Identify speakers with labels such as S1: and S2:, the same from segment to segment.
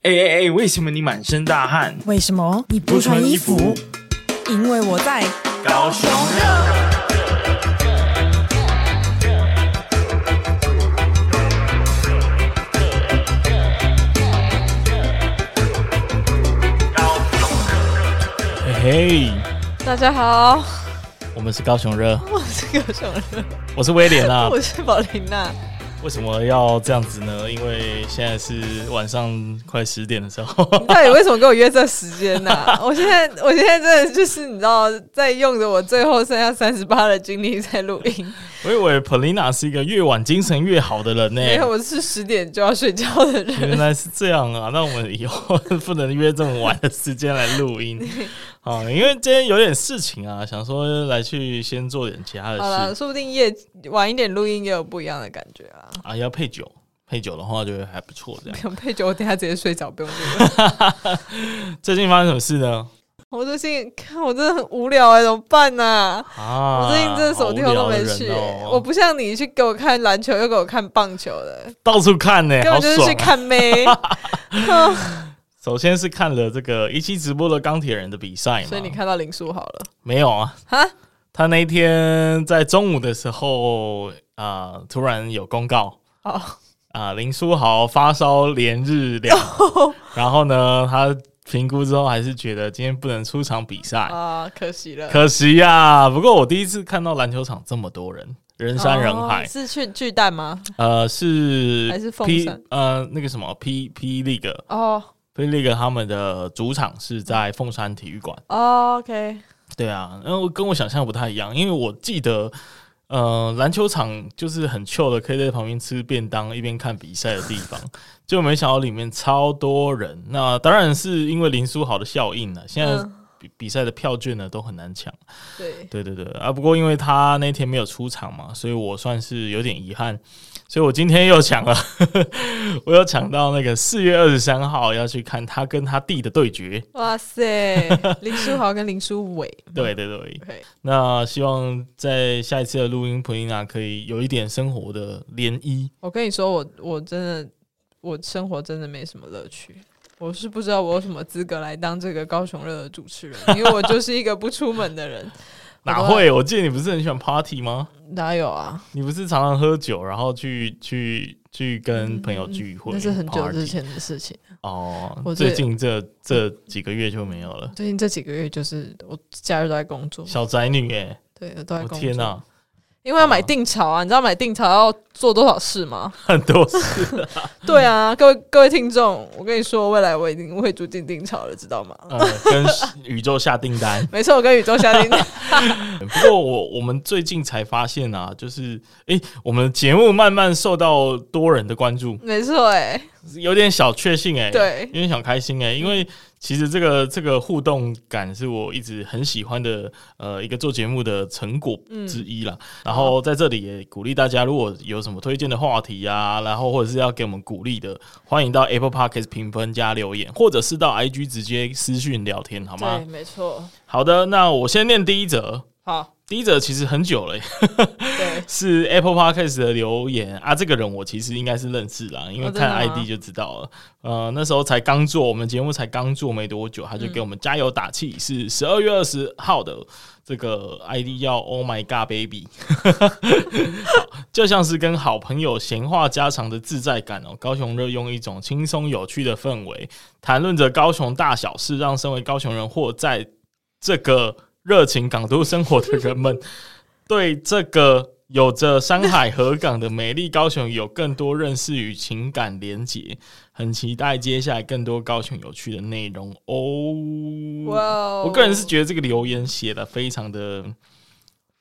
S1: 哎哎哎，为什么你满身大汗？
S2: 为什么你不穿衣服？因为我在。
S1: 高雄
S3: 嘿嘿，
S4: 大家好，
S3: 我们是高雄热，
S4: 我是高雄人，
S3: 我是威廉啊。
S4: 我是宝琳娜。
S3: 为什么要这样子呢？因为现在是晚上快十点的时候，
S4: 你到底为什么跟我约这时间呢、 我现在，我现在真的就是你知道，在用着我最后剩下三十八的精力在录 音，
S3: 我以为 Polina 是一个越晚精神越好的人呢、
S4: 因为我是十点就要睡觉的人。
S3: 原哎 来是这样啊！那我们以后不能约这么晚的时间来录 音啊，因为今天有点事情啊，想说来去先做点其他的
S4: 好了，
S3: 事
S4: 说不定夜晚一点录音也有不一样的感觉啦。
S3: 啊，要配酒，配酒的话就会还不错这样
S4: 不。用配酒，我等一下直接睡着，不用录了。
S3: 最近发生什么事呢？
S4: 我最近看我真的很无聊哎、怎么办呢、
S3: 啊，
S4: 我最近真的什么地方都没
S3: 好无聊
S4: 去、
S3: 的
S4: 欸
S3: 人哦
S4: 我不像你去给我看篮球，又给我看棒球的，
S3: 到处看呢、
S4: 根
S3: 好
S4: 本就是
S3: 爽、
S4: 去
S3: 啊。
S4: 看妹。
S3: 首先是看了这个一期直播的钢铁人的比赛嘛，
S4: 所以你看到林书豪了
S3: 没有啊？
S4: 哈？
S3: 他那一天在中午的时候啊、突然有公告
S4: 哦，
S3: 啊、林书豪发烧连日 两，然后呢，他评估之后还是觉得今天不能出场比赛，
S4: 啊，可惜了，
S3: 可惜呀、不过我第一次看到篮球场这么多人，人山人海
S4: 哦，是去巨蛋吗？
S3: 呃，是
S4: 还是凤
S3: P
S4: 山
S3: 呃那个什么 P P League
S4: 哦
S3: P League 他们的主场是在凤山体育馆。
S4: 哦，OK，
S3: 对啊，然后跟我想象不太一样，因为我记得，呃，篮球场就是很 chill 的，可以在旁边吃便当一边看比赛的地 方，就没想到里面超多人。那当然是因为林书豪的效应了，现在
S4: 嗯
S3: 比比赛的票券呢都很难抢。
S4: 对，
S3: 对对对啊，不过因为他那天没有出场嘛，所以我算是有点遗憾，所以我今天又抢了， 我又抢到那个四月二十三号要去看他跟他弟的对决。
S4: 哇塞， 林书豪跟林书伟
S3: 对对对。
S4: ，OK，
S3: 那希望在下一次的录音，普琳娜可以有一点生活的涟漪。
S4: 我跟你说，我我真的，我生活真的没什么乐趣。我是不知道我有什么资格来当这个高雄热的主 持人，因为我就是一个不出门的人，
S3: 哪会？我记得你不是很喜欢 party 吗？
S4: 哪有啊？
S3: 你不是常常喝酒，然后去去去跟朋友聚会？
S4: 嗯那是很久
S3: party
S4: 之前的事情。
S3: 哦。
S4: 我最
S3: 最近这这几个月就没有了。
S4: 最近这几个月就是我假日都在工作，
S3: 小宅女哎、
S4: 对，我都在
S3: 我
S4: 工作。
S3: 天哪、
S4: 因为要买定潮啊，你知道买定潮要做多少事吗？
S3: 很多 事
S4: 对啊，各位各位听众，我跟你说，未来我一定会住进定潮了，知道吗？
S3: 呃，跟宇宙下订单。
S4: 没错，我跟宇宙下订 单，
S3: 不过我我们最近才发现啊，就是诶，我们的节目慢慢受到多人的关注，
S4: 没错，哎，
S3: 有点小确幸哎、
S4: 对嗯
S3: 有点小开心哎、因为其实这个这个互动感是我一直很喜欢的呃一个做节目的成果之一
S4: 嗯
S3: 啦。然后在这里也鼓励大家，如果有什么推荐的话题啊，然后或者是要给我们鼓励的，欢迎到 Apple Podcast 评分加留言，或者是到 IG 直接私讯聊天好吗
S4: 对，？没错，
S3: 好的，那我先念第一则。
S4: 好，
S3: 第一则其实很久了、欸
S4: 对，
S3: 是 Apple Podcast 的留言啊，这个人我其实应该是认识啦，因为
S4: 哦真的
S3: 看
S4: 吗
S3: ID 就知道了。呃，那时候才刚做，我们节目才刚做没多久，他就给我们加油打气。是十二月二十号的这个 ID 叫 Oh My God Baby，好就像是跟好朋友闲话家常的自在感哦。高雄热用一种轻松有趣的氛围，谈论着高雄大小事，让身为高雄人或在这个热情港都生活的人 们，对这个有着山海河港的美丽高雄有更多认识与情感连结。很期待接下来更多高雄有趣的内容
S4: 哇
S3: 哦。
S4: 哦，
S3: 我个人是觉得这个留言写的非常的。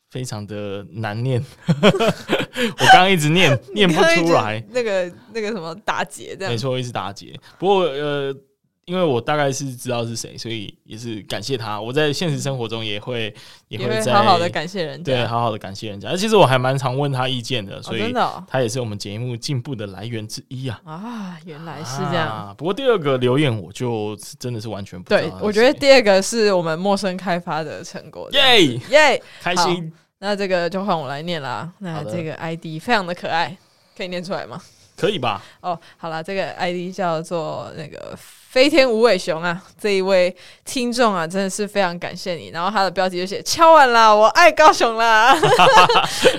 S3: 非常的难念， 我刚刚一直 念念不
S4: 哦
S3: 出来，
S4: 那个那个什么打结这
S3: 没
S4: 样，
S3: 错，一直打结。不过呃，因为我大概是知道是谁，所以也是感谢他。我在现实生活中也会也
S4: 也
S3: 会
S4: 会
S3: 在
S4: 好好的感谢人
S3: 对啊
S4: 家，
S3: 好好的感谢人家。其实我还蛮常问他意见的，
S4: 哦，
S3: 所
S4: 真
S3: 以
S4: 的哦
S3: 他也是我们节目进步的来源之一啊。
S4: 啊，原来是这样。
S3: 啊。不过第二个留言我就是真的是完全不知道
S4: 对
S3: 他，是
S4: 我觉得
S3: 谁
S4: 第二个是我们陌生开发的成果，耶
S3: 耶
S4: 耶！
S3: 开心
S4: 那这个就换我来念啦。那
S3: 好的
S4: 这个 ID 非常的可爱，可以念出来吗？
S3: 可以吧？
S4: 哦，好啦，这个 ID 叫做那个飞天无尾熊啊，这一位听众啊，真的是非常感谢你。然后他的标题就写“敲完啦，我爱高雄啦” 。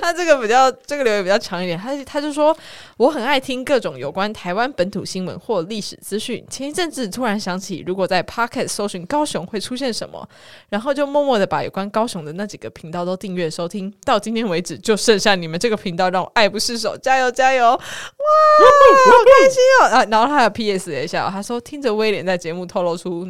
S4: 他这个比较这个留言比较长一点，他他就说我很爱听各种有关台湾本土新闻或历史资讯。前一阵子突然想起，如果在 Pocket 搜寻高雄会出现什么，然后就默默的把有关高雄的那几个频道都订阅收听。到今天为止，就剩下你们这个频道让我爱不释手，加油加油！好开心哦！啊，然后他有 PS 了一下哦、他说听着威廉在节目透露出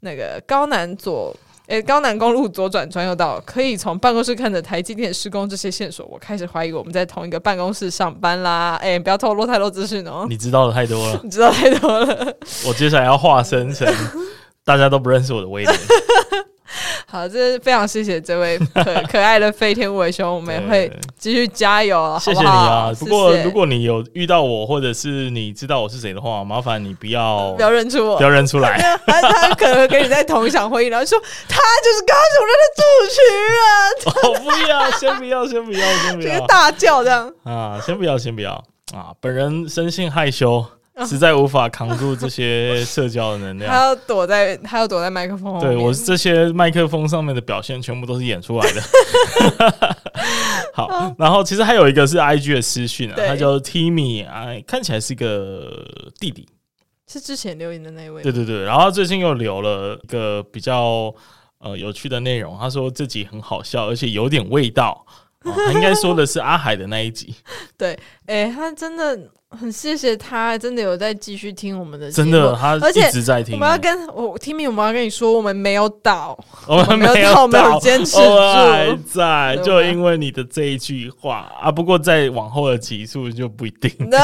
S4: 那个高南左。诶，高南公路左转专用道，可以从办公室看着台积电施工这些线索，我开始怀疑我们在同一个办公室上班啦。诶，不要透露太多资讯哦，
S3: 你知道的太多了，
S4: 你知道太多了。
S3: 我接下来要化身成大家都不认识我的威廉。
S4: 好，这是非常谢谢这位 可可爱的飞天伟雄，我们也会
S3: 对
S4: 继续加油啊，
S3: 谢谢
S4: 好不
S3: 你
S4: 好？
S3: 啊！不过
S4: 谢谢
S3: 如果你有遇到我，或者是你知道我是谁的话，麻烦你不要
S4: 不要认出我
S3: 不，要认出来。
S4: 他他可能跟你在同一场会议，然后说他就是高雄人的主持人，
S3: 哦，不要，先不要，先不要，先 不
S4: 这个
S3: 要
S4: 大叫这样。
S3: 啊！先不要，先不要啊！本人深信害羞，实在无法扛住这些社交的能
S4: 他
S3: 量。
S4: 要躲在，他要躲在麦克风后面。
S3: 啊对我这些麦克风上面的表现，全部都是演出来 的。好，然后其实还有一个是 I G 的私讯啊，
S4: 对
S3: 他叫 Timmy，哎，看起来是个弟弟，
S4: 是之前留言的那一位
S3: 对，对对，然后他最近又留了一个比较呃有趣的内容，他说这集很好笑，而且有点味 道。啊他应该说的是阿海的那一集，
S4: 哎、他真的很谢谢他，真的有在继续听我们的节
S3: 真
S4: 目，
S3: 的，他
S4: 而且
S3: 一直在
S4: 我
S3: 听。
S4: 们要跟我 Timmy，我们要跟你说，我们没有倒，
S3: 我们
S4: 我们没有
S3: 有
S4: 我们有
S3: 到
S4: 坚持
S3: 我还
S4: 住
S3: 在，
S4: 对
S3: 就
S4: 吗
S3: 因为你的这一句话啊。不过在往后的集数就不一 定。
S4: 那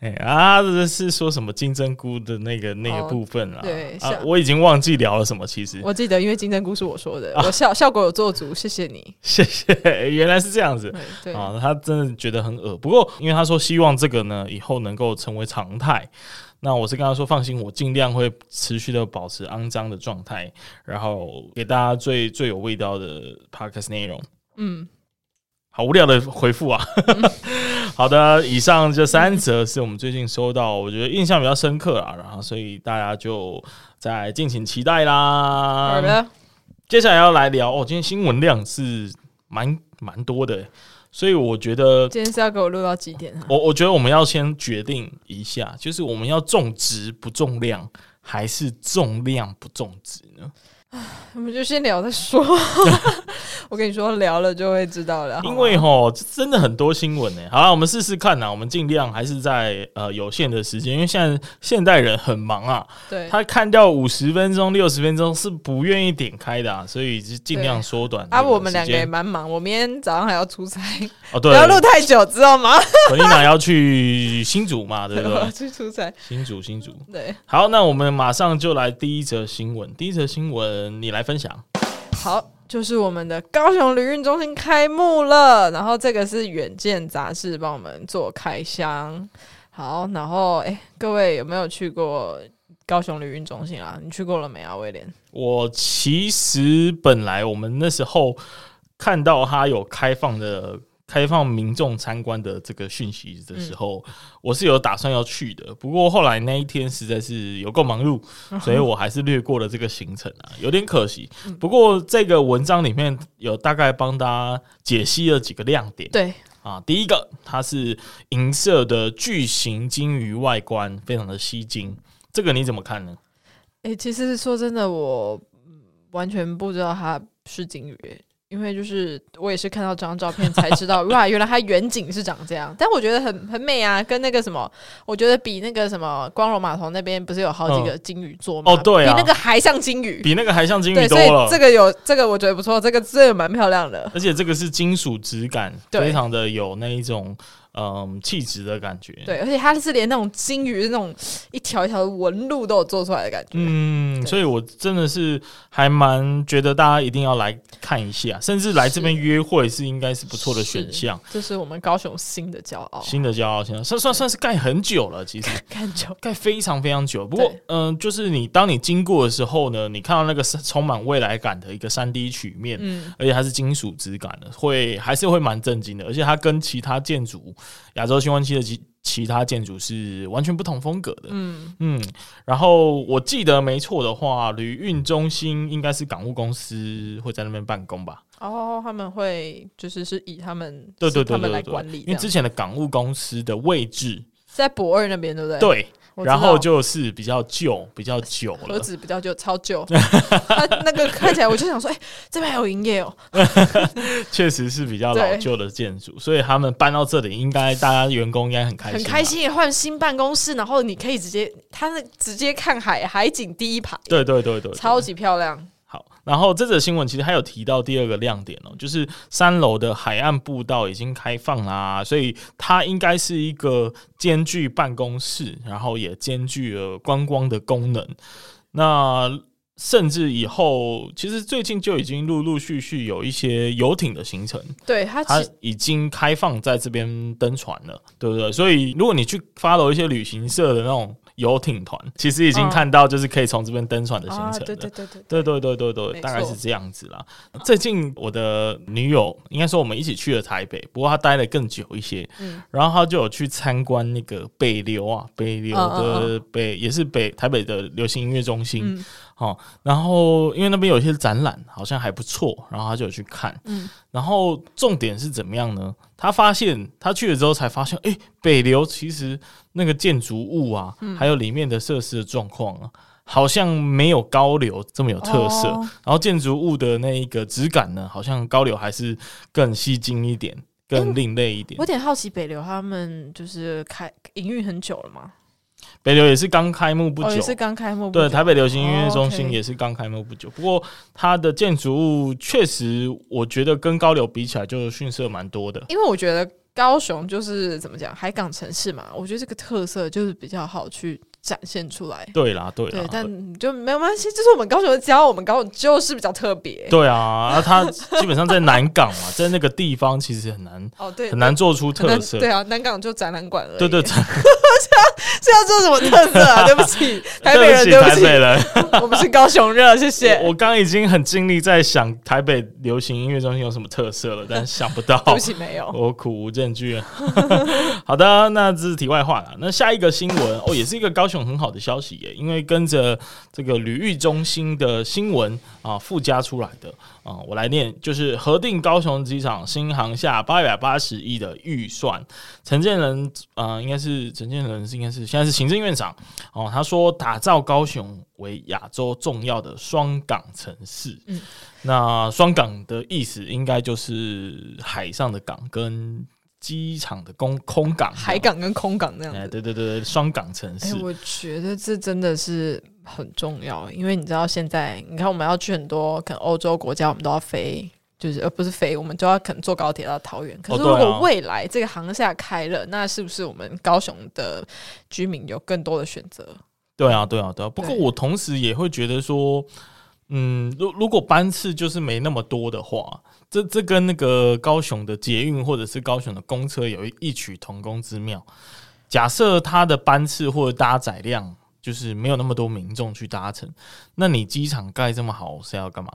S3: 哎啊，这是说什么金针菇的那个那个
S4: 哦
S3: 部分啊？
S4: 对
S3: 啊，
S4: 像
S3: 我已经忘记聊了什么。其实
S4: 我记得，因为金针菇是我说的，
S3: 啊
S4: 我效效果有做 足，谢谢你。
S3: 谢谢，原来是这样子。
S4: 对对，
S3: 啊，他真的觉得很恶。不过，因为他说希望这个呢以后能够成为常态，那我是跟他说放心，我尽量会持续的保持肮脏的状态，然后给大家最最有味道的 podcast 内容。
S4: 嗯，
S3: 好无聊的回复 啊！好的，以上这三则是我们最近收到，我觉得印象比较深刻啊，然后所以大家就再敬请期待
S4: 好
S3: 啦。
S4: 的，
S3: 接下来要来聊哦，今天新闻量是蛮蛮多的，欸所以我觉得
S4: 今天是要给我录到几点啊？
S3: 我我觉得我们要先决定一下，就是我们要重质不重量，还是重量不重质呢？
S4: 我们就先聊再说。 我跟你说，聊了就会知道了。好吗啊
S3: 因为吼，这真的很多新闻呢、欸好啦，我们试试看呐，我们尽量还是在呃有限的时间，因为现在现代人很忙啊，
S4: 对，
S3: 他看掉五十分钟、六十分钟是不愿意点开的、啊，所以就尽量缩短这
S4: 啊，
S3: 时间。
S4: 我们两个也蛮忙，我明天早上还要出差，
S3: 哦，
S4: 不
S3: 对，
S4: 要录太久，知道吗？
S3: 本丽娜要去新竹嘛，对不
S4: 我要
S3: 对？
S4: 去出差，
S3: 新竹，新竹。
S4: 对，
S3: 好，那我们马上就来第一则新闻。第一则新闻，你来分享。
S4: 好。就是我们的高雄旅运中心开幕了，然后这个是《远见》杂志帮我们做开箱。好，然后哎、各位有没有去过高雄旅运中心啊？你去过了没啊，威廉？
S3: 我其实本来我们那时候看到它有开放的、开放民众参观的这个讯息的时候，
S4: 嗯
S3: 我是有打算要去的。不过后来那一天实在是有够忙 碌，
S4: 嗯
S3: 所以我还是略过了这个行程啊，有点可惜。不过这个文章里面有大概帮大家解析了几个亮点。
S4: 对，
S3: 啊，第一个它是银色的巨型鲸鱼外观，非常的吸睛。这个你怎么看呢？
S4: 诶，其实说真的，我嗯完全不知道它是鲸鱼，因为就是我也是看到这张照片才知 道，哇，原来它远景是长这样。但我觉得很很美啊，跟那个什么，我觉得比那个什么光荣码头那边不是有好几个鲸鱼座吗？
S3: 嗯哦对啊
S4: 比那个还像鲸鱼。
S3: 比那个还像鲸鱼
S4: 对，
S3: 多
S4: 所以
S3: 了。
S4: 这个有这个我觉得不错，这个这个蛮漂亮的。
S3: 而且这个是金属质感，
S4: 对
S3: 非常的有那一种嗯气质的感觉。，
S4: 对，而且它是连那种鲸鱼那种一条一条的纹路都有做出来的感觉。
S3: 嗯，所以我真的是还蛮觉得大家一定要来看一下，甚至来这边
S4: 是
S3: 约会是应该是不错的选项。
S4: 这是我们高雄新的骄傲，
S3: 新的骄傲现在算算算是盖很久了，其实
S4: 看球。
S3: 盖非常非常久。不过
S4: 对，
S3: 嗯、就是你当你经过的时候呢，你看到那个 是充满未来感的一个三 D 曲面，
S4: 嗯，
S3: 而且它是金属质感的，会还是会蛮震惊的。而且它跟其他建筑亚洲新湾区的其其他建筑是完全不同风格的。
S4: 嗯，
S3: 嗯，然后我记得没错的话，旅运中心应该是港务公司会在那边办公吧？
S4: 哦，他们会就是是以他们
S3: 对对
S4: 是他
S3: 对
S4: 们
S3: 对
S4: 来
S3: 对
S4: 管
S3: 对，
S4: 理这
S3: 因为
S4: 样，
S3: 之前的港务公司的位置，
S4: 在博二那边，对不对？
S3: 对，
S4: 我知道，
S3: 然后就是比较旧，比较久
S4: 盒
S3: 了。
S4: 子比较旧，超 旧，它那个看起来我就想说，哎、这边还有营业哦，
S3: 确实是比较老
S4: 对
S3: 旧的建筑，所以他们搬到这里，应该大家员工应该很开心，啊
S4: 很开。心，换新办公室，然后你可以直接，它是直接看海海景第一排，
S3: 对对对对，对
S4: 超级漂亮。
S3: 好。然后这则新闻其实还有提到第二个亮点哦，就是三楼的海岸步道已经开放啦，所以它应该是一个兼具办公室，然后也兼具了观光的功能。那甚至以后，其实最近就已经陆陆续续有一些游艇的行程，
S4: 对，它其
S3: 它
S4: 实
S3: 已经开放在这边登船了，对不对？所以如果你去 follow 一些旅行社的那种游艇团，其实已经
S4: 嗯
S3: 看到就是可以从这边登船的嗯行
S4: 啊，
S3: 程了。
S4: 对对对对，
S3: 对对对对对
S4: 没错
S3: 大概是这样子啦。最近我的女友，应该说我们一起去了台北，不过她待了更久一些，
S4: 嗯
S3: 然后她就有去参观那个北流啊，北流
S4: 嗯
S3: 的北也是北台北的流行音乐中心，
S4: 嗯
S3: 哦，然后因为那边有一些展览好像还不错，然后她就有去看，
S4: 嗯，
S3: 然后重点是怎么样呢？他发现他去了之后才发现，哎、北流其实那个建筑物啊，
S4: 嗯
S3: 还有里面的设施的状况啊，好像没有高流这么有特色。
S4: 哦
S3: 然后建筑物的那一个质感呢，好像高流还是更吸睛一点，
S4: 诶
S3: 更另类一点。
S4: 我有点好奇北流他们就是开营运很久了吗？
S3: 北流也是刚开幕不
S4: 哦，
S3: 久，
S4: 也是刚开幕不
S3: 对，
S4: 久，
S3: 台北流行音乐中
S4: 哦
S3: 心
S4: ，OK
S3: 也是刚开幕不久，不过它的建筑物确实，我觉得跟高流比起来就逊色蛮多的。
S4: 因为我觉得高雄就是怎么讲海港城市嘛，我觉得这个特色就是比较好去展现出来。
S3: 对啦，对啊啦，
S4: 对，但就没有关系，就是我们高雄的骄傲，我们高雄就是比较特别。
S3: 对啊，那它基本上在南港嘛， 在那个地方其实很难
S4: 哦，对，
S3: 很难做出特色。
S4: 很难对啊，南港就展览馆了。
S3: 对对，对，
S4: 是要做什么特色啊？对不 起，台北
S3: 对
S4: 人，
S3: 不起，
S4: 对不
S3: 台北
S4: 起，
S3: 人，
S4: 我们是高雄热，谢谢。
S3: 我我刚刚已经很尽力在想台北流行音乐中心有什么特色了，但是想不到。
S4: 对不起，没有。
S3: 我苦无证据 啊。好的，那这是题外话了。那下一个新闻哦，也是一个高雄很好的消息耶，因为跟着这个旅域中心的新闻啊附加出来的啊，我来念，就是核定高雄机场新航下八百八十亿的预算，陈建仁呃，应该是陈建仁是应该是现在是行政院长哦，他说打造高雄为亚洲重要的双港城市。
S4: 嗯
S3: 那双港的意思应该就是海上的港跟机场的空空港，
S4: 海。港跟空港那样
S3: 哎，
S4: 子。
S3: 对对对，对双港城
S4: 哎、
S3: 市，
S4: 我觉得这真的是很重要，因为你知道现在，你看我们要去很多可能欧洲国家，我们都要飞，就是呃不是飞，我们就要可能坐高铁到桃园。可是
S3: 哦对
S4: 如
S3: 啊
S4: 果未来这个航厦开了，那是不是我们高雄的居民有更多的选择？
S3: 对啊，对啊，对啊。不过
S4: 对
S3: 我同时也会觉得说，嗯，如如果班次就是没那么多的话，这这跟那个高雄的捷运或者是高雄的公车有一异曲同工之妙。假设它的班次或者搭载量就是没有那么多民众去搭乘，那你机场盖这么好是要干嘛？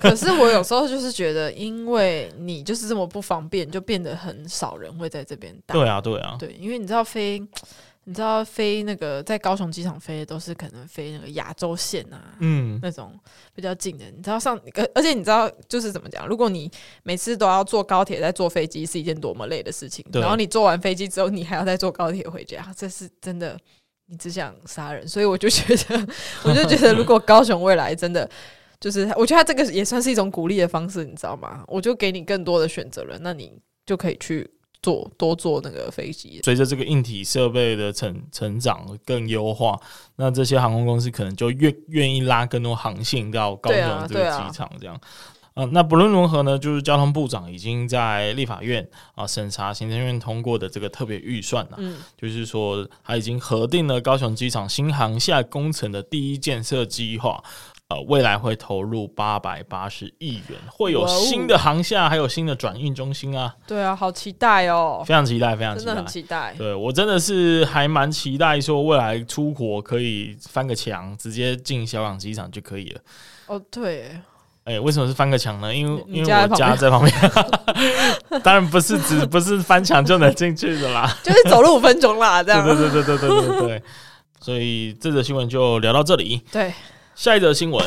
S4: 可是我有时候就是觉得，因为你就是这么不方便，就变得很少人会在这边打。
S3: 对啊，对啊，
S4: 对，因为你知道飞，你知道飞那个在高雄机场飞的都是可能飞那个亚洲线啊，
S3: 嗯，
S4: 那种比较近的。你知道上，而而且你知道就是怎么讲？如果你每次都要坐高铁再坐飞机，是一件多么累的事情。
S3: 对
S4: 然后你坐完飞机之后，你还要再坐高铁回家，这是真的，你只想杀人。所以我就觉得， 我就觉得，如果高雄未来真的。就是我觉得他这个也算是一种鼓励的方式，你知道吗？我就给你更多的选择了，那你就可以去坐多坐那个飞机。
S3: 随着这个硬体设备的成成长更优化，那这些航空公司可能就愿愿意拉更多航线到高
S4: 对啊
S3: 雄这个
S4: 对啊
S3: 机场这样。嗯、那不论如何呢，就是交通部长已经在立法院啊审查行政院通过的这个特别预算了、
S4: 嗯，
S3: 就是说他已经核定了高雄机场新航厦工程的第一建设计划，呃，未来会投入八百八十亿元，会有
S4: 哇哦
S3: 新的航厦，还有新的转运中心啊，
S4: 对啊，好期待哦，
S3: 非常期待，非常
S4: 真
S3: 期
S4: 的
S3: 待
S4: 很。期待。
S3: 对我真的是还蛮期待说未来出国可以翻个墙，直接进小港机场就可以了。
S4: 哦，对，
S3: 哎、为什么是翻个墙呢？因为
S4: 你
S3: 因为
S4: 家
S3: 我
S4: 在
S3: 家在旁边， 当然不是只不是翻墙就能进去的啦。
S4: 就是走路五分钟 啦，
S3: 对
S4: 这样
S3: 对对对对对对对。所以这则新闻就聊到这里。
S4: 对
S3: 下一则新闻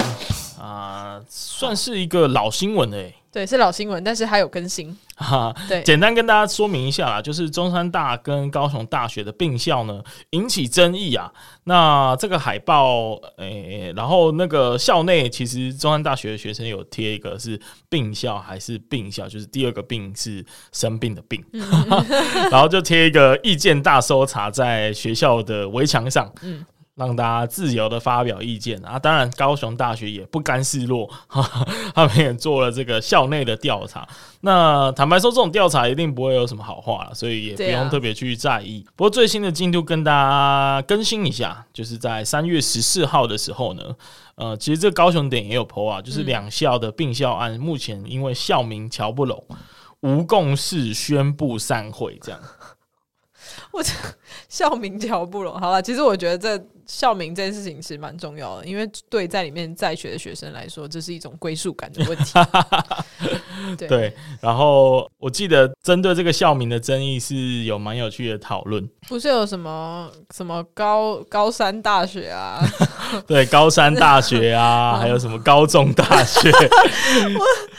S3: 啊、算是一个老新闻了、欸，
S4: 对是老新闻，但是还有更新，
S3: 哈、
S4: 对
S3: 简单跟大家说明一下啦，就是中山大跟高雄大学的并校呢引起争议啊。那这个海报，诶、然后那个校内其实中山大学的学生有贴一个是并校还是并校，就是第二个病是生病的病， 然后就贴一个意见大搜查在学校的围墙上，
S4: 嗯
S3: 让大家自由的发表意见啊。当然，高雄大学也不甘示弱， 哈哈，他们也做了这个校内的调查。那坦白说，这种调查一定不会有什么好话了，所以也不
S4: 对啊
S3: 用特别去在意。不过最新的进度跟大家更新一下，就是在三月十四号的时候呢，呃，其实这高雄点也有 PO 啊，就是两校的并校案，目前因为校名瞧不拢。无共识宣布散会，这样
S4: 校名条不容。好了，其实我觉得这校名这件事情是蛮重要的，因为对在里面在学的学生来说，这是一种归属感的问题。对
S3: 对。然后我记得针对这个校名的争议是有蛮有趣的讨论，
S4: 不是有什么什么高高山大学啊，
S3: 对高山大学啊，还有什么高中大学，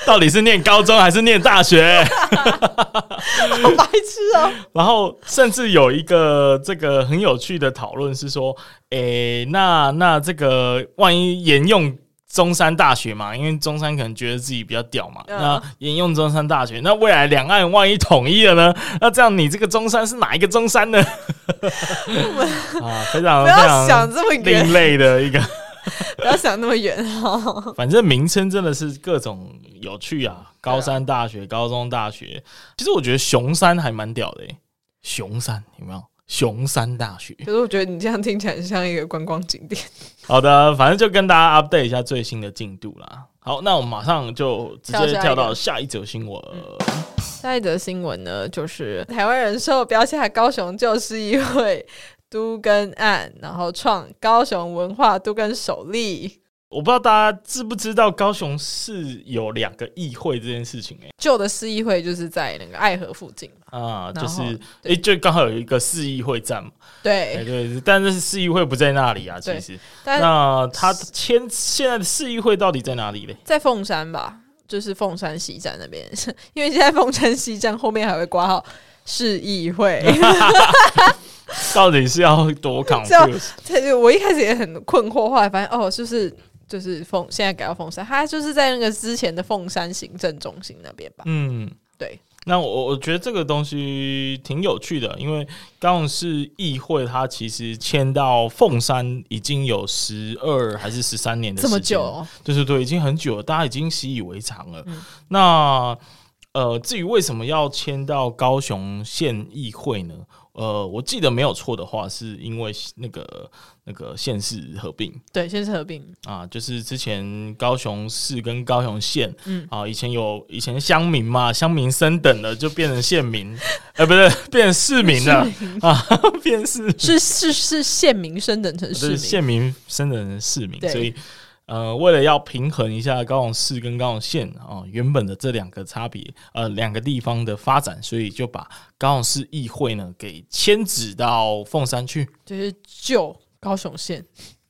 S3: 到底是念高中还是念大学？
S4: 好 白痴哦、
S3: 然后甚至有一个这个很有趣的讨论是说，诶、那那这个万一沿用中山大学嘛，因为中山可能觉得自己比较屌嘛，
S4: 嗯
S3: 那沿用中山大学，那未来两岸万一统一了呢？那这样你这个中山是哪一个中山 呢？啊，非常
S4: 不
S3: 非
S4: 要
S3: 常
S4: 想这么远，
S3: 另类的一个，
S4: 不要想那么远哦。
S3: 反正名称真的是各种有趣啊，高山大学、高中大学，其实我觉得熊山还蛮屌的、欸，熊山有没有？熊山大学，
S4: 可是我觉得你这样听起来很像一个观光景点。
S3: 好的，反正就跟大家 update 一下最新的进度啦。好，那我们马上就直
S4: 跳下一
S3: 接
S4: 个
S3: 跳到下一则新闻。
S4: 嗯下一则新闻呢，就是台湾人寿标下高雄就是议会都更案，然后创高雄文化都更首例。
S3: 我不知道大家知不知道高雄市有两个议会这件事情、欸，
S4: 旧的市议会就是在那个爱河附近嘛，
S3: 啊，
S4: 然
S3: 就
S4: 后
S3: 是
S4: 对
S3: 诶、就刚好有一个市议会站嘛，哎、
S4: 对，
S3: 对，但是市议会不在那里啊，
S4: 对
S3: 其实，
S4: 但
S3: 那它现现在的市议会到底在哪里嘞？
S4: 在凤山吧，就是凤山西站那边， 因为现在凤山西站后面还会挂号市 议会，
S3: 到底是要多 confuse？
S4: 这就我一开始也很困惑，后来发现哦，就是就是凤现在改到凤山，它就是在那个之前的凤山行政中心那边吧，
S3: 嗯，
S4: 对。
S3: 那我我觉得这个东西挺有趣的，因为高雄市议会它其实迁到凤山已经有十二还是十三年的
S4: 这么
S3: 时间
S4: 久、
S3: 了
S4: 哦，
S3: 对对对，已经很久了，大家已经习以为常了。
S4: 嗯
S3: 那呃，至于为什么要迁到高雄县议会呢？呃，我记得没有错的话，是因为那个那个县市合并
S4: 对，先是合并，
S3: 啊，就是之前高雄市跟高雄县，
S4: 嗯
S3: 啊，以前有以前乡民嘛，乡民升等了就变成县民，呃，不是变成市民了 啊，变市 民
S4: 是是是县民升等成市
S3: 就是
S4: 民，
S3: 县民升等成市民，
S4: 对
S3: 所以呃，为了要平衡一下高雄市跟高雄县啊、原本的这两个差别，呃，两个地方的发展，所以就把高雄市议会呢给迁址到凤山去。
S4: 就是旧高雄县。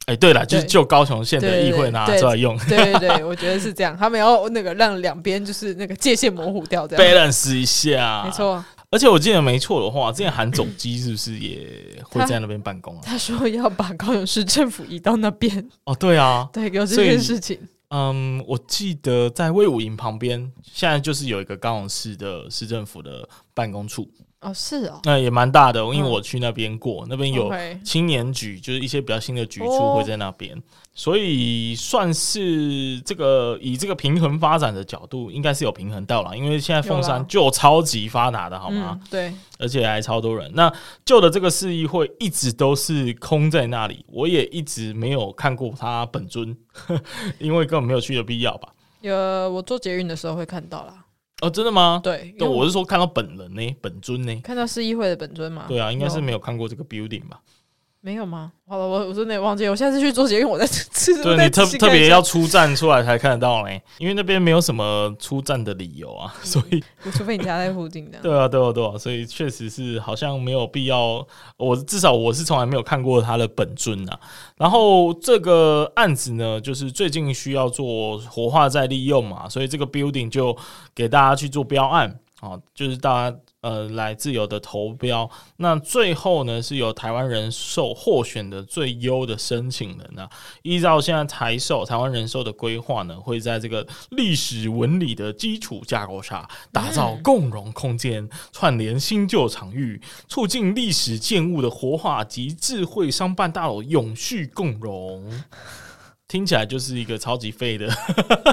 S3: 哎、对了，就是
S4: 对
S3: 就高雄县的
S4: 对
S3: 议
S4: 对
S3: 会拿
S4: 对
S3: 出来用
S4: 对对对，我觉得是这样，他们要那个让两边就是那个界限模糊掉，这样。
S3: ，balance 一下，
S4: 没。错，
S3: 而且我记得没错的话，之前韩总机是不是也会在那边办公啊？
S4: 他说要把高雄市政府移到那边，
S3: 哦，对啊，
S4: 对，有这
S3: 所以
S4: 件事情。
S3: 嗯，我记得在魏武营旁边，现在就是有一个高雄市的市政府的办公处，
S4: 哦，是哦，
S3: 那、也蛮大的。因为
S4: 嗯
S3: 我去那边过，那边有
S4: OK
S3: 青年局，就是一些比较新的局处
S4: 哦
S3: 会在那边，所以算是这个以这个平衡发展的角度，应该是有平衡到了。因为现在凤
S4: 有
S3: 山
S4: 啦
S3: 就超级发达的，好吗？
S4: 嗯，对，
S3: 而且还超多人。那旧的这个市议会一直都是空在那里，我也一直没有看过它本尊， 因为根本没有去的必要吧？
S4: 有我坐捷运的时候会看到啦。
S3: 哦，真的吗？
S4: 对，因
S3: 对，
S4: 为
S3: 我是说看到本人呢，本尊呢？
S4: 看到市议会的本尊嘛。
S3: 对啊，应该是
S4: 有
S3: 没有看过这个 building 吧？
S4: 没有吗？好了，我我真的也忘记了，我下次去做捷运，我再 吃。我
S3: 对
S4: 再
S3: 你特
S4: 仔细
S3: 特
S4: 看一
S3: 别
S4: 下
S3: 要，出站出来才看得到嘞，因为那边没有什么出站的理由啊，
S4: 嗯
S3: 所以
S4: 除非你家在附近的。
S3: 对啊，对啊，对啊，所以确实是好像没有必要，我至少我是从来没有看过他的本尊啊。然后这个案子呢，就是最近需要做活化再利用嘛，所以这个 building 就给大家去做标案啊，就是大家呃来自由的投标。那最后呢，是由台湾人寿获选的最优的申请人啊。依照现在台寿台湾人寿的规划呢，会在这个历史文理的基础架构下，打造共融空间，串联新旧场域，促进历史建物的活化及智慧商办大楼永续共融。听起来就是一个超级废的。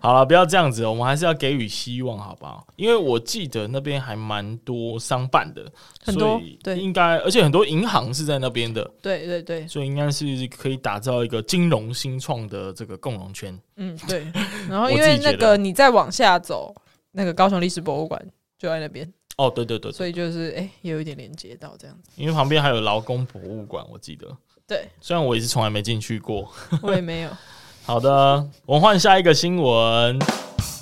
S3: 好了，不要这样子，我们还是要给予希望，好不好？因为我记得那边还蛮多商办的，
S4: 很多
S3: 所以
S4: 对
S3: 应该而且很多银行是在那边的，
S4: 对对对，
S3: 所以应该是可以打造一个金融新创的这个共融圈。
S4: 嗯 对。然后
S3: 我
S4: 因
S3: 自
S4: 为
S3: 己觉
S4: 那
S3: 得啊
S4: 个你再往下走，那个高雄历史博物馆就在那边，
S3: 哦，对对对，对
S4: 所以就是哎、也有一点连接到这样子。
S3: 因为旁边还有劳工博物馆，我记得，
S4: 对
S3: 虽然我也是从来没进去过。
S4: 我也没有，
S3: 好的，我换下一个新闻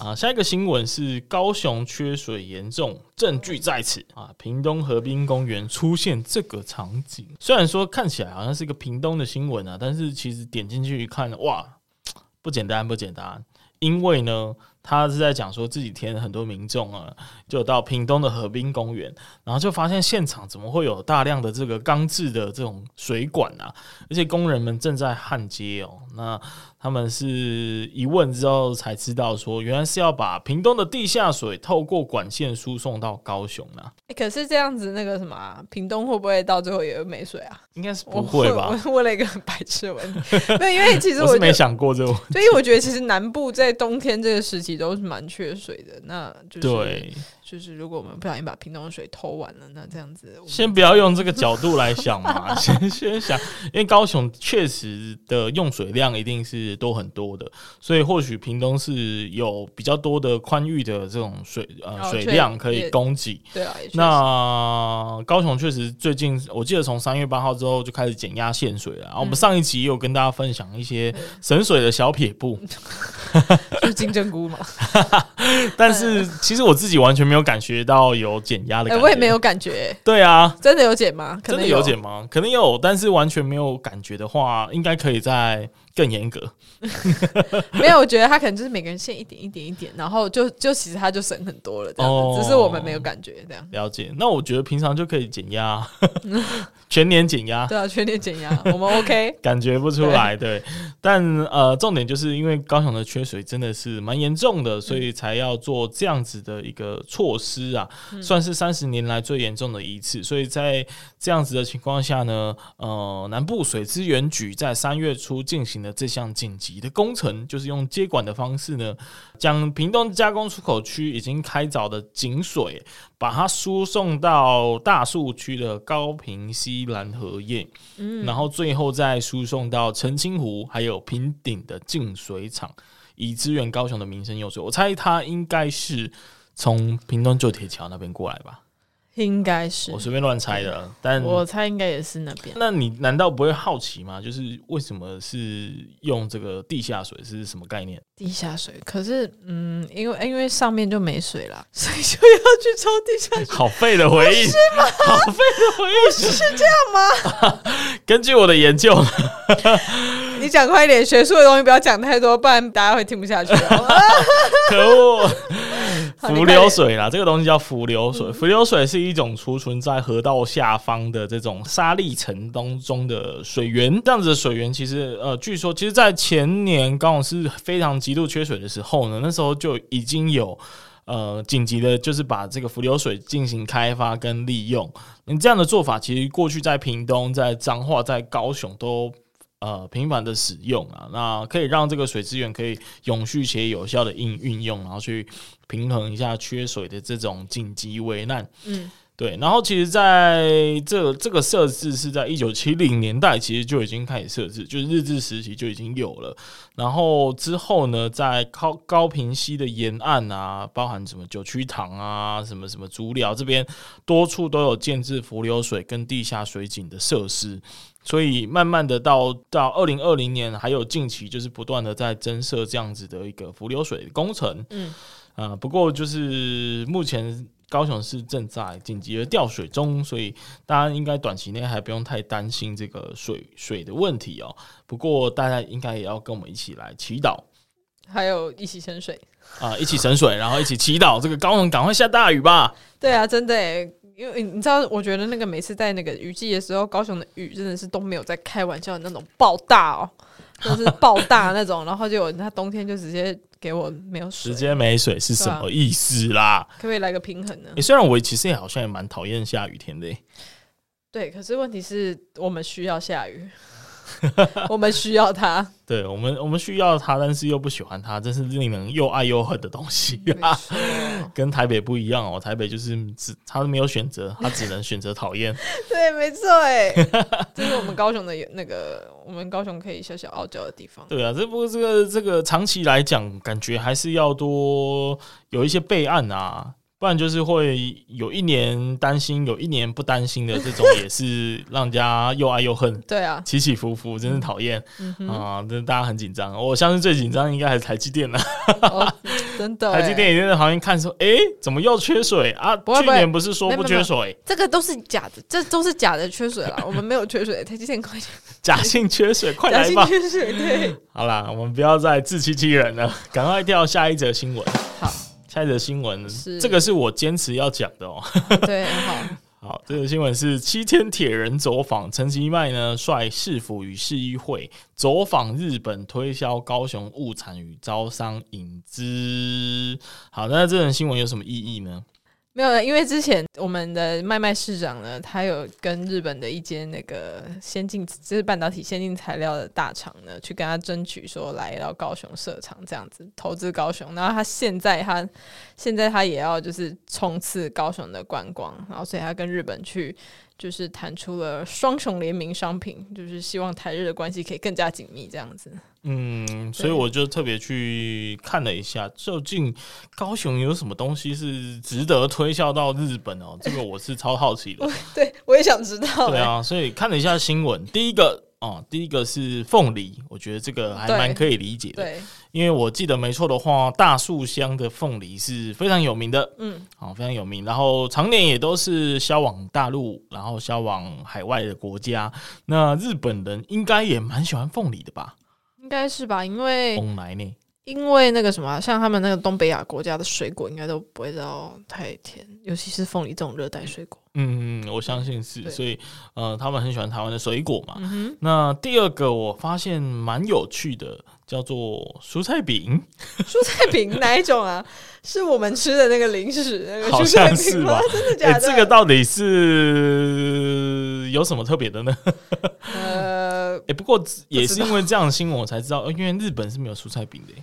S3: 啊，下一个新闻是高雄缺水严重，证据在此啊，屏东河滨公园出现这个场景。虽然说看起来好像是一个屏东的新闻啊，但是其实点进去一看，哇，不简单，不简单，因为呢。他是在讲说这几天很多民众啊，就到屏东的河滨公园，然后就发现现场怎么会有大量的这个钢制的这种水管啊，而且工人们正在焊接哦。那他们是一问之后才知道，说原来是要把屏东的地下水透过管线输送到高雄啊，
S4: 哎可是这样子那个什么、啊，屏东会不会到最后也没水啊？
S3: 应该是
S4: 我
S3: 不会吧？
S4: 我问了一个很白痴的 问题，没有，因为其实
S3: 我是
S4: 觉得
S3: 没想过这种，
S4: 所以我觉得其实南部在冬天这个时期都是蛮缺水的。那就是
S3: 对，
S4: 就是如果我们不小心把屏东的水偷完了，那这样子我们
S3: 先不要用这个角度来想嘛， 先先想，因为高雄确实的用水量一定是多很多的，所以或许屏东是有比较多的宽裕的这种水呃
S4: 哦
S3: 水
S4: 确
S3: 量可以
S4: 也
S3: 供给，
S4: 对啊，也确实
S3: 那高雄确实最近，我记得从三月八号之后就开始减压限水了。然后
S4: 嗯
S3: 我们上一集也有跟大家分享一些省水的小撇 步，
S4: 就是 金针菇嘛。
S3: 但是其实我自己完全没有感觉到有减压的
S4: 哎、
S3: 感觉。
S4: 我也没。有感觉、
S3: 对啊，
S4: 真的有减吗？可
S3: 真
S4: 能
S3: 的有减吗？可能有，但是完全没有感觉的话，应该可以再更严格。
S4: 没有？我觉得他可能就是每个人限一点一点一点，然后就就其实他就省很多了，这样子，
S3: 哦
S4: 只是我们没有感觉这样。
S3: 了解。那我觉得平常就可以减 压，全年减压。
S4: 对啊，全年减压， 我们 OK。
S3: 感觉不出来，对。但呃，重点就是因为高雄的缺水真的是蛮严重的，所以才要做这样子的一个措施啊，算是三十年来最严重的一次。所以在这样子的情况下呢，呃，南部水资源局在三月初进行了这项紧急的工程，就是用接管的方式呢，将屏东加工出口区已经开凿的井水，把它输送到大树区的高屏西兰河堰。然后最后再输送到澄清湖还有平顶的净水厂，以支援高雄的民生用水。我猜它应该是从屏东旧铁桥那边过来吧，
S4: 应该是
S3: 我随便乱猜的。但
S4: 我猜应该也是那边。
S3: 那你难道不会好奇吗？就是为什么是用这个地下水是什么概念？
S4: 地下水，可是嗯，因为因为上面就没水啦， 所以就要去抽地下水，
S3: 好废的回 忆，是吗？好废的回忆，是这样吗？ 根据我的研究，
S4: 你讲快一点，学术的东西不要讲太多，不然大家会听不下去哦。
S3: 可恶！
S4: 好你
S3: 浮
S4: 快点嗯
S3: 流水啦，这个东西叫浮流水。浮流水是一种储存在河道下方的这种沙砾层当中的水源。这样子的水源，其实呃，据说其实，在前年刚好是非常极度缺水的时候呢，那时候就已经有。呃，紧急的就是把这个浮流水进行开发跟利用。你这样的做法，其实过去在屏东、在彰化、在高雄都呃频繁的使用啊，那可以让这个水资源可以永续且有效的应运用，然后去平衡一下缺水的这种紧急危难。
S4: 嗯，
S3: 对，然后其实在这这个设置是在一九七零年代，其实就已经开始设置，就是日治时期就已经有了。然后之后呢，在高高平溪的沿岸啊，包含什么九曲塘啊、什么什么竹寮这边，多处都有建制浮流水跟地下水井的设施。所以慢慢的到到二零二零年，还有近期就是不断的在增设这样子的一个浮流水工程。
S4: 嗯，
S3: 啊、不过就是目前高雄市正在紧急的调水中，所以大家应该短期内还不用太担心这个水水的问题哦。不过大家应该也要跟我们一起来祈祷
S4: 还有一起潜水。
S3: 啊、一起省水，然后一起祈祷这个高雄赶快下大雨吧。
S4: 对啊，真的耶，因为嗯你知道，我觉得那个每次在那个雨季的时候，高雄的雨真的是都没有在开玩笑的那种爆大哦，就是爆 大那种，然后就有他冬天就直接给我没有水
S3: 直，接没水是什么意思啦？
S4: 可不可以来个平衡呢？
S3: 诶虽然我其实也好像也蛮讨厌下雨天的、诶
S4: 对，可是问题是我们需要下雨，我们需要它。
S3: 对我们我们需要它，但是又不喜欢它，真是令人又爱又恨的东西啊。 跟台北不一样哦，台北就是只他没有选择，他只能选择讨厌。
S4: 对，没错，哎，这是我们高雄的那个，我们高雄可以小小傲娇的地方。
S3: 对啊，这不过这个这个长期来讲，感觉还是要多有一些备案啊，不然就是会有一年担心，有一年不担心的这种，也是让人家又爱又恨。
S4: 对 啊，
S3: 起起伏伏，真是讨厌啊！这、大家很紧张，我相信最紧张应该还是台积电了。
S4: 哦，真的耶，
S3: 台积电也在旁边看说：“诶，怎么又缺水啊？
S4: 不会
S3: 去
S4: 不会
S3: 年不是说
S4: 没有
S3: 不
S4: 没有
S3: 缺水，
S4: 这个都是假的，这都是假的缺水 啦。我们没有缺水，台积电快点，
S3: 假性缺水，快
S4: 假
S3: 来
S4: 性
S3: 吧！”
S4: 缺水。 对，
S3: 好啦，我们不要再自欺欺人了，赶快跳下一则新闻。
S4: 好，
S3: 下一则新闻
S4: 是，
S3: 这个是我坚持要讲的哦、
S4: 对，好，
S3: 好，这则新闻是七天铁人走访，陈其迈呢率市府与市议会走访日本，推销高雄物产与招商引资。好，那这则新闻有什么意义呢？
S4: 没有了。因为之前我们的麦麦市长呢，他有跟日本的一间那个先进，就是半导体先进材料的大厂呢，去跟他争取说来到高雄设厂这样子投资高雄。然后他现在他现在他也要就是冲刺高雄的观光，然后所以他跟日本去。就是谈出了双雄联名商品，就是希望台日的关系可以更加紧密这样子。
S3: 嗯，所以我就特别去看了一下，究竟高雄有什么东西是值得推销到日本哦、这个我是超好奇的。
S4: 对， 我也想知道、
S3: 对
S4: 欸。
S3: 啊，所以看了一下新闻，第一个哦、第一个是凤梨，我觉得这个还
S4: 对
S3: 蛮可以理解的，
S4: 欸对，
S3: 因为我记得没错的话，大树乡的凤梨是非常有名的，
S4: 嗯，
S3: 好、非常有名，然后常年也都是销往大陆，然后销往海外的国家。那日本人应该也蛮喜欢凤梨的吧？
S4: 应该是吧，因为、
S3: 翁来呢？
S4: 因为那个什么，啊像他们那个东北亚国家的水果，应该都不会到太甜，尤其是凤梨这种热 带水果。
S3: 嗯，我相信是，
S4: 对嗯
S3: 所以呃，他们很喜欢台湾的水果嘛。那第二个我发现蛮有趣的，叫做蔬菜 饼。
S4: 蔬菜饼哪一种啊？是我们吃的那个零食那个
S3: 好
S4: 蔬菜
S3: 像
S4: 饼
S3: 是
S4: 吗
S3: 吧？
S4: 真的
S3: 哎、
S4: 假的？
S3: 这个到底是有什么特别的呢？哎、
S4: 呃，
S3: 不过也是因为这样的新闻，我才知道，呃因为日本是没有蔬菜饼的、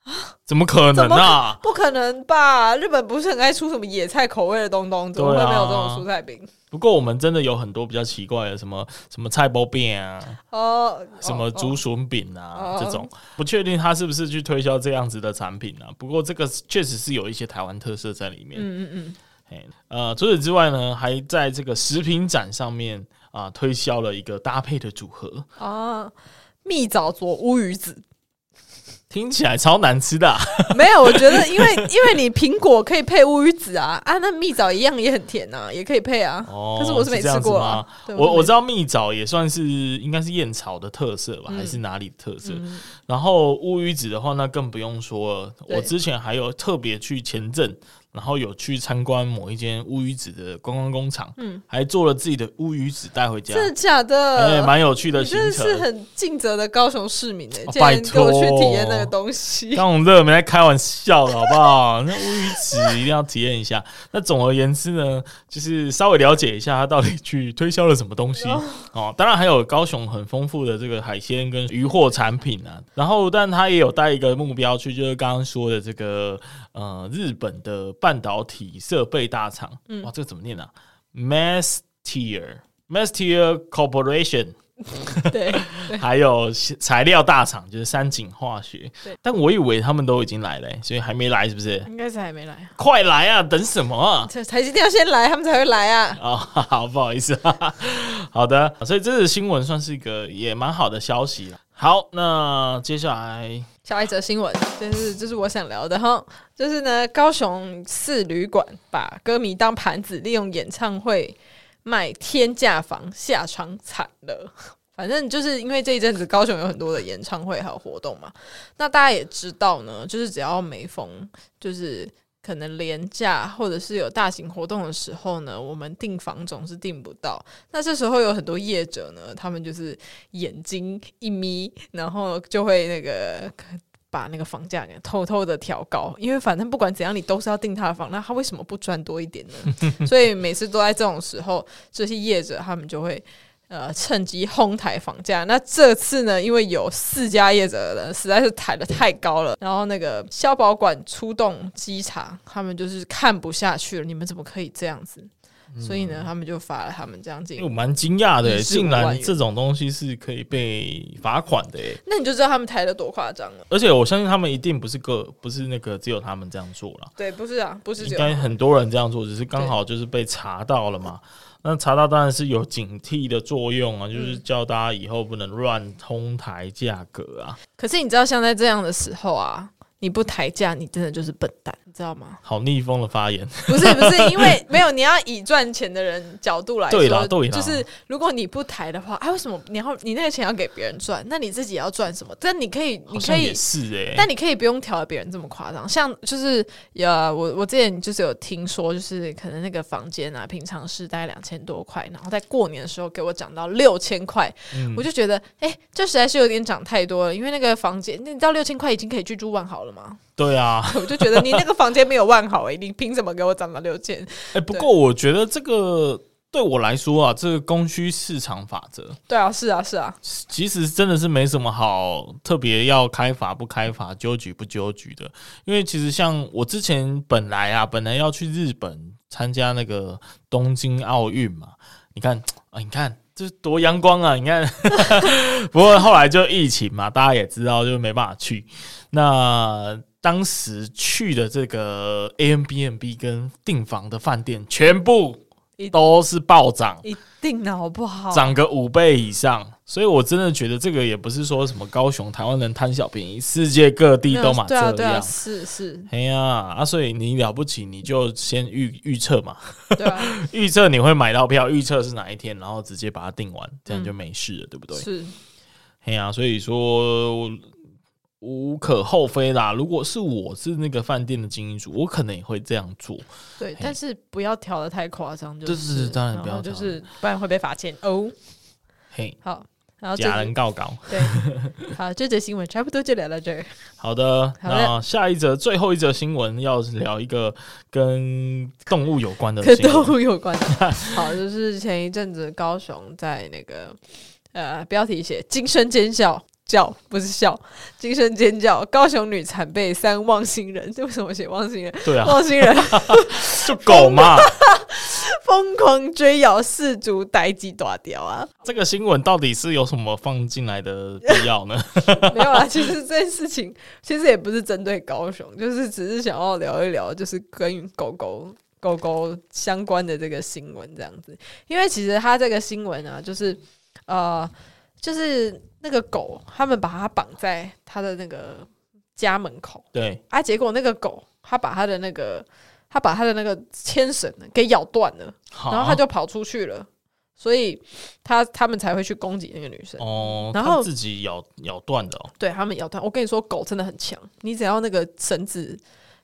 S3: 怎么可能
S4: 怎么
S3: 啊？
S4: 不可能吧？日本不是很爱出什么野菜口味的东东，怎么会
S3: 对啊
S4: 没有这种蔬菜饼？
S3: 不过我们真的有很多比较奇怪的，什么什么菜包饼啊，
S4: 哦，
S3: 什么
S4: 哦
S3: 竹笋饼啊，
S4: 哦
S3: 这种不确定他是不是去推销这样子的产品啊。不过这个确实是有一些台湾特色在里面。
S4: 嗯嗯嗯，
S3: 嘿呃，除此之外呢，还在这个食品展上面啊、推销了一个搭配的组合，
S4: 啊，蜜枣佐乌鱼子。
S3: 听起来超难吃的啊、
S4: 没有，我觉得因为因为你苹果可以配乌鱼子啊，啊，那蜜枣一样也很甜呐、也可以配啊。
S3: 哦
S4: 可是我是没吃过啊。
S3: 这
S4: 对
S3: 样子吗我我知道
S4: 道，
S3: 蜜枣也算是应该是燕巢的特色吧，
S4: 嗯
S3: 还是哪里的特色？
S4: 嗯
S3: 然后乌鱼子的话，那更不用说了。
S4: 对
S3: 我之前还有特别去前镇，然后有去参观某一间乌鱼子的观光工厂，
S4: 嗯
S3: 还做了自己的乌鱼子带回家，
S4: 真的假
S3: 哎，
S4: 的？
S3: 蛮有趣的
S4: 你
S3: 行
S4: 真的
S3: 程。
S4: 是很尽责的高雄市民哎、
S3: 哦
S4: 竟然
S3: 拜
S4: 给
S3: 托
S4: 我去体验那个东西。
S3: 刚我们这个没在开玩笑的好不好？ 那乌鱼子一定要体验一下。那总而言之呢，就是稍微了解一下它到底去推销了什么东西哦。当然还有高雄很丰富的这个海鲜跟渔货产品啊。然后，但它也有带一个目标去，就是刚刚说的这个呃日本的半导体设备大厂。哇，这个怎么念啊？ Mastier Mastier Corporation，
S4: 对
S3: 还有材料大厂，就是三井化学
S4: 对。
S3: 但我以为他们都已经来了、欸所以还没来，是不是？
S4: 应该是还没来，
S3: 快来啊！等什么啊？
S4: 台台积电要先来，他们才会来啊。
S3: 哦， 好，不好意思， 好的，所以这次新闻算是一个也蛮好的消息了。好，那接下来
S4: 下一则新闻，就是就是我想聊的哈，就是呢，高雄市旅馆把歌迷当盘子，利用演唱会卖天价房，下场惨了。 反正就是因为这一阵子高雄有很多的演唱会还有活动嘛，那大家也知道呢，就是只要每逢就是可能廉价或者是有大型活动的时候呢，我们订房总是订不到。那这时候有很多业者呢，他们就是眼睛一眯，然后就会那个把那个房价给偷偷的调高，因为反正不管怎样你都是要订他的房，那他为什么不赚多一点 呢？所以每次都在这种时候，这些业者他们就会。呃，趁机哄抬房价。那这次呢，因为有四家业者呢，实在是抬的太高了，然后那个消保馆出动稽查，他们就是看不下去了，你们怎么可以这样子？所以呢，他们就罚了他们将
S3: 嗯
S4: 近
S3: 因为哎我蛮惊讶的、欸
S4: 一至五
S3: 竟
S4: 万
S3: 然
S4: 元
S3: 这种东西是可以被罚款的、欸
S4: 那你就知道他们抬的多夸张了。
S3: 而且我相信他们一定不是个不是那个只有他们这样做了，
S4: 对，不是啊，不是只
S3: 应
S4: 有
S3: 该很多人这样做，只是刚好就是被查到了嘛。那查到当然是有警惕的作用啊，就是
S4: 嗯
S3: 叫大家以后不能乱哄抬价格啊，？
S4: 可是你知道，像在这样的时候啊，你不抬价，你真的就是笨蛋，你知道吗
S3: 好逆风的发言。
S4: 不是不是，因为没有你要以赚钱的人角度来说，
S3: 对啦对啦
S4: 就是如果你不抬的话，啊，为什么你要你那个钱要给别人赚？那你自己也要赚什么？但你可以，
S3: 好
S4: 你
S3: 像
S4: 可以
S3: 也是哎、
S4: 但你可以不用调得别人这么夸张，像就是呃，我我之前就是有听说，就是可能那个房间啊，平常是大概两千多块，然后在过年的时候给我涨到六千块，
S3: 嗯
S4: 我就觉得哎、诶这实在是有点涨太多了，因为那个房间，那你到六千块已经可以去住万豪了吗？
S3: 对啊，
S4: 我就觉得你那个房间没有万豪、诶你凭什么给我涨到六千？
S3: 哎、不过我觉得这个对我来说啊，这个供需市场法则
S4: 对啊，是啊，是啊，
S3: 其实真的是没什么好特别要开罚不开罚、纠举不纠举的。因为其实像我之前本来啊，本来要去日本参加那个东京奥运嘛，你看啊，你看。这多阳光啊！你看， 不过后来就疫情嘛，大家也知道，就没办法去。那当时去的这个 A M B N B 跟订房的饭店，全部都是暴涨，
S4: 一定的好不好？
S3: 涨个五倍以上，所以我真的觉得这个也不是说什么高雄台湾人贪小便宜，世界各地都嘛这
S4: 对啊，对啊，
S3: 样。
S4: 是是，
S3: 哎呀啊，所以你了不起，你就先预预测 嘛，
S4: 对啊，
S3: 预测你会买到票，预测是哪一天，然后直接把它订完，这样
S4: 嗯
S3: 就没事了， 对不对？
S4: 是。
S3: 哎呀、所以说无可厚非啦。如果是我是那个饭店的经营主，我可能也会这样做。
S4: 对
S3: 嘿，
S4: 但是不要调的太夸张，就
S3: 对对
S4: 是
S3: 对当然
S4: 后
S3: 不要
S4: 就
S3: 调
S4: 是不然会被罚钱哦。
S3: 嘿，
S4: 好，然后哦这
S3: 假人告告。
S4: 对，好，这则新闻差不多就聊到这儿。
S3: 好的，
S4: 好的
S3: 那下一则最后一则新闻要聊一个跟动物有关的
S4: 跟
S3: 新
S4: 动
S3: 闻。
S4: 物有关的， 好，就是前一阵子高雄在那个呃标题写惊声尖叫。叫不是笑，惊声尖叫！高雄女惨被三忘星人，这为什么写忘星人？
S3: 对啊，
S4: 忘星人
S3: 就狗嘛。
S4: 疯狂追咬四足呆鸡大雕啊！
S3: 这个新闻到底是有什么放进来的必要 呢？
S4: 没有啊，其实这件事情其实也不是针对高雄，就是只是想要聊一聊，就是关于狗狗狗狗相关的这个新闻这样子。因为其实它这个新闻啊，就是呃，就是那个狗，他们把它绑在它的那个家门口
S3: 对，
S4: 啊，结果那个狗它把它的那个它把它的那个牵绳给咬断了，
S3: 好
S4: 然后它就跑出去了，所以它他们才会去攻击那个女生。
S3: 哦，
S4: 然后
S3: 它自己咬咬断的、哦，
S4: 对他们咬断。我跟你说，狗真的很强，你只要那个绳子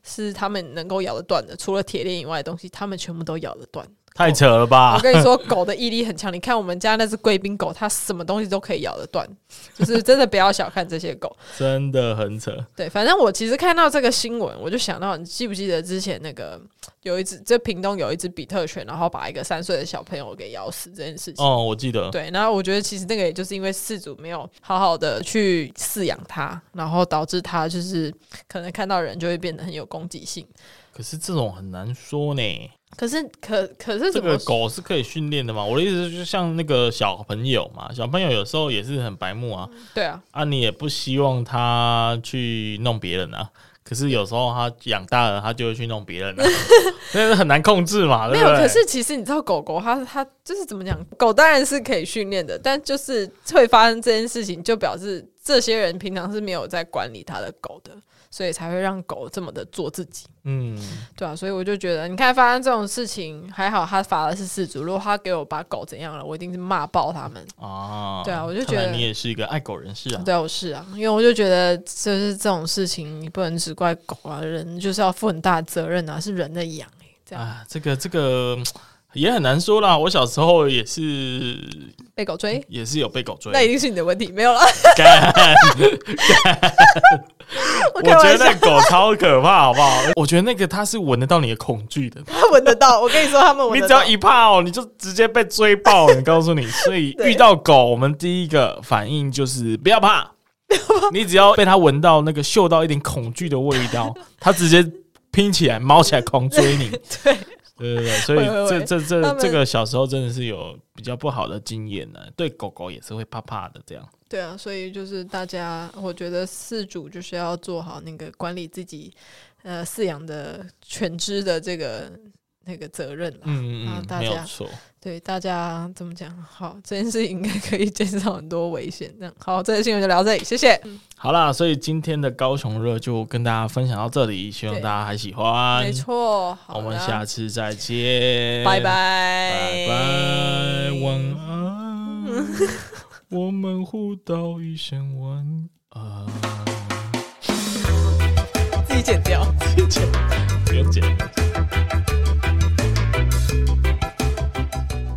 S4: 是他们能够咬得断的，除了铁链以外的东西，他们全部都咬得断。
S3: 太扯了吧
S4: 我？跟你说，狗的毅力很强。你看我们家那只贵宾狗，它什么东西都可以咬得断， 就是真的不要小看这些狗。
S3: 真的很扯。
S4: 对，反正我其实看到这个新闻，我就想到，你记不记得之前那个有一只，这屏东有一只比特犬，然后把一个三岁的小朋友给咬死这件事情。
S3: 哦，我记得。
S4: 对，然后我觉得其实那个也就是因为饲主没有好好的去饲养它，然后导致它就是可能看到人就会变得很有攻击性。
S3: 可是这种很难说呢。
S4: 可是可可是
S3: 这
S4: 怎么
S3: 个狗是可以训练的嘛？我的意思是，就像那个小朋友嘛，小朋友有时候也是很白目啊，
S4: 对啊？
S3: 啊，你也不希望他去弄别人啊。可是有时候他养大了，他就会去弄别 人、啊，那是很难控制嘛，
S4: 没
S3: 对不
S4: 有，
S3: 对？
S4: 可是其实你知道狗狗它它就是怎么讲？狗当然是可以训练的，但就是会发生这件事情，就表示这些人平常是没有在管理他的狗的，所以才会让狗这么的做自己。
S3: 嗯，
S4: 对啊，所以我就觉得，你看发生这种事情，还好他罚的是事主，如果他给我把狗怎样了，我一定是骂爆他们。
S3: 啊，
S4: 对啊我就
S3: 看来
S4: 觉得
S3: 你也是一个爱狗人士啊。
S4: 对啊，我是啊，因为我就觉得就是这种事情，你不能只怪狗啊，人就是要负很大的责任啊，是人在养、欸、这样、
S3: 啊，这个这个嗯也很难说啦。我小时候也是
S4: 被狗追，
S3: 也是有被狗追，
S4: 那一定是你的问题，没有啦。
S3: 干
S4: 我
S3: 我
S4: 开
S3: 觉得
S4: 玩笑
S3: 那，狗超可怕，好不好？我觉得那个它是闻得到你的恐惧的，
S4: 他闻得到。我跟你说，他们
S3: 你
S4: 闻得
S3: 只要
S4: 到。
S3: 一怕哦，你就直接被追 爆。我告诉你，所以
S4: 对
S3: 遇到狗，我们第一个反应就是不要怕，你只要被它闻到那个嗅到一点恐惧的味 道，它直接拼起来、猫起来狂追你。
S4: 对，
S3: 对对对，所以
S4: 喂喂
S3: 这这
S4: 喂他
S3: 这
S4: 们
S3: 这个小时候真的是有比较不好的经验呢、对狗狗也是会怕怕的这样。
S4: 对啊，所以就是大家，我觉得饲主就是要做好那个管理自己呃饲养的犬只的这个那个责任啦。
S3: 嗯
S4: 啊
S3: 嗯嗯，
S4: 大
S3: 没有
S4: 家
S3: 错。
S4: 对大家怎么讲？好，这件事情应该可以减少很多危险。这样好，这个新闻就聊到这里，谢谢。
S3: 好啦，所以今天的高雄热就跟大家分享到这里，希望
S4: 对
S3: 大家还喜欢。
S4: 没错，好
S3: 我们
S4: 啦
S3: 下次再见，
S4: 拜拜，
S3: 拜拜，晚安，我们互道一声晚安，啊
S4: 自己剪掉。
S3: 不用剪。